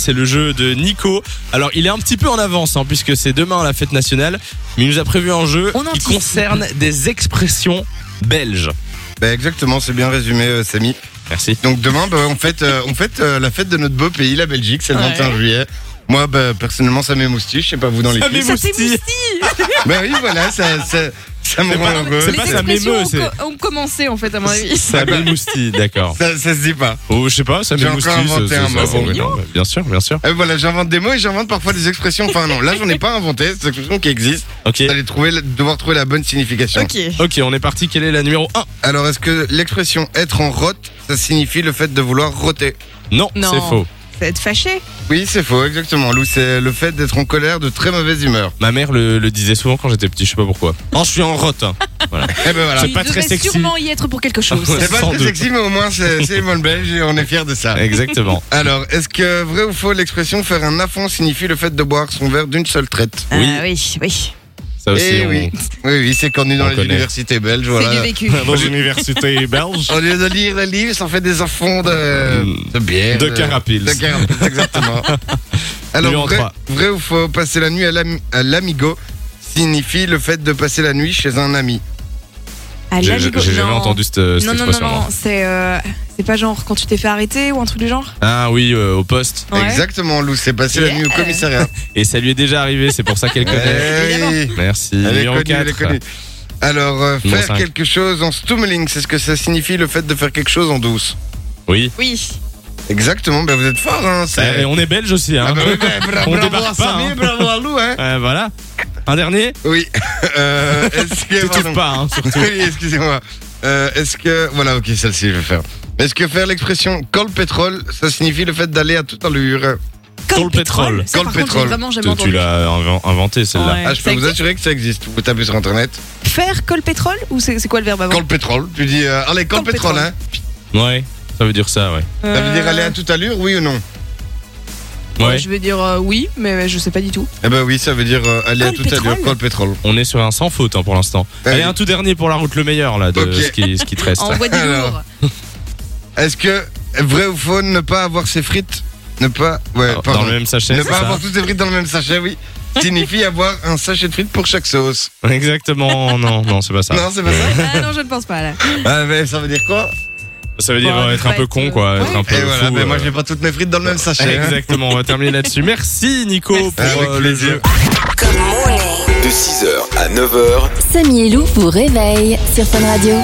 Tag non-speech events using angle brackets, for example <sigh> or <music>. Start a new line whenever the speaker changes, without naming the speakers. C'est le jeu de Nico. Alors, il est un petit peu en avance, hein, puisque c'est demain la fête nationale. Mais il nous a prévu un jeu
On
qui
anticipe.
concerne des expressions belges.
Bah exactement, c'est bien résumé, euh, Samy.
Merci.
Donc demain, bah, on fête, euh, on fête euh, la fête de notre beau pays, la Belgique, c'est le
Ouais.
21 juillet. Moi, bah, personnellement, ça m'émoustille, je sais pas vous dans les
Ça
filles.
Ça t'émoustille
Bah oui, voilà, ça, ça, ça me
C'est
rend
pas-
heureux.
Ah, c'est
Les
pas ça
expressions
m'émeut,
ont,
c'est-
co- ont commencé en fait à mon avis.
Ça m'émoustille, d'accord.
Ça, ça se dit pas.
Oh, je sais pas, ça
J'ai
m'émoustille.
encore inventé
ça- ça-
un
ça-
mot.
ça-
C'est
ouais, non, mais Bien sûr, bien sûr.
Et Euh, voilà, j'invente des mots et j'invente parfois des expressions. Enfin non, là j'en ai pas inventé, c'est des expressions qui existent.
Ok.
Vous allez trouver, la- devoir trouver la bonne signification.
Ok.
Ok, on est parti. Quelle est la numéro 1
Alors est-ce que l'expression être en rote, ça signifie le fait de vouloir roter
Non,
Non.
c'est faux.
Ça va être fâché.
Oui, c'est faux, exactement. Lou, c'est le fait d'être en colère, de très mauvaise humeur.
Ma mère le, le disait souvent quand j'étais petit, je sais pas pourquoi. Oh, je suis en rote. hein.
Eh ben voilà.
C'est
Il
pas très
devait
sexy. Ah,
sûrement y être pour quelque chose.
Ouais.
C'est pas
Sans
très
doute.
sexy, mais au moins c'est c'est les bonnes belges et on est fiers de ça.
<laughs> Exactement.
Alors, est-ce que vrai ou faux, l'expression faire un affond signifie le fait de boire son verre d'une seule traite
Ah,
Oui.
oui, oui.
Ça aussi.
Eh
<laughs>
oui. Oui, oui, c'est connu dans
On
les
connaît.
universités belges.
C'est du
Voilà.
vécu.
on- Dans l'université belge.
Au lieu de lire le livre, ça fait des affonds de, de bière.
Mm. De carapils.
De carapils,
<laughs>
exactement.
Numéro
Alors, vrai,
trois.
vrai ou faux, passer la nuit à l'ami- à l'amigo signifie le fait de passer la nuit chez un ami.
Ah,
J'ai
l'amigo-
j'ai jamais
non.
entendu cette, cette
Non, non, non,
expression.
non,
moi.
non. C'est euh, c'est pas genre quand tu t'es fait arrêter ou un truc du genre
Ah oui, euh, au poste.
Ouais.
Exactement, Lou, c'est passer la
Yeah.
nuit au commissariat.
Et ça lui est déjà arrivé, c'est pour ça
<laughs>
qu'elle
Eh
connaît.
<laughs> Évidemment.
oui.
Merci.
Elle est
Numéro
connue, elle est
4.
connue. Alors, euh,
Numéro
faire
cinq.
quelque chose en stumbling, c'est ce que ça signifie le fait de faire quelque chose en douce.
Oui.
Oui.
Exactement, ben vous êtes fort, hein.
Euh,
c'est-
et on est belge aussi. Hein.
Ah bah oui,
<laughs>
ben, bra-
On
bravo
débarque pas,
à Samy,
hein.
bravo à Lou,
<laughs>
hein.
Euh, voilà. Un dernier
Oui. <laughs> Euh, est-ce que.
Tu
pardon.
trouves pas,
Ah,
hein, surtout.
Oui, excusez-moi. Euh, est-ce que. Voilà, ok, celle-ci, je vais faire. Est-ce que faire l'expression call pétrole, ça signifie le fait d'aller à toute
Euh,
allure
Dans le pétrole.
Ça,
Dans le
par contre,
pétrole.
j'ai vraiment jamais
Tu, tu
entendu.
l'as inven- inventé celle-là.
Ouais.
Ah, je
Ça
peux vous
existe.
assurer que ça existe. Vous tapez sur internet.
Faire col pétrole ou c'est c'est quoi le verbe avant
Call pétrole, tu dis. euh, allez, call
Call
pétrole,
Ah pétrole.
hein.
Ouais. ça veut dire ça, ouais.
Ça veut dire
Euh,
aller à toute allure, oui ou non
Ouais,
Je vais dire euh, oui, mais je sais pas
<laughs>
du tout.
Eh ben oui, ça veut dire euh, aller à
Call
toute allure,
pétrole
call pétrole.
on est sur un sans faute hein, pour l'instant.
Ah
Allez,
oui.
un tout dernier pour la route, le meilleur là, de
Ok.
ce, qui, ce qui te
<laughs>
reste.
Envoie du
Alors.
<laughs>
lourd.
Est-ce que vrai ou faux ne pas avoir ses frites Ne pas.
Alors,
Ouais,
Ah, Dans
pardon.
le même sachet,
Ne
c'est
pas
ça
avoir toutes ses frites dans le même sachet, oui. Signifie avoir un sachet de frites pour chaque sauce.
<laughs> Exactement, non, non, c'est pas ça.
Non, c'est pas ça
Ah non, je ne pense pas là.
Ah, mais ça veut dire quoi
Ça veut dire
Bon,
euh,
on
être
va
un peu
être,
con,
euh,
quoi. Être un peu
Et voilà,
fou,
mais moi
euh,
j'ai pas toutes mes frites dans le même sachet. hein. Ah,
Exactement, on va terminer là-dessus. Merci Nico pour
Avec
euh, le
plaisir.
jeu.
De 6h à 9h,
Samy et Lou vous réveille sur Fun Radio.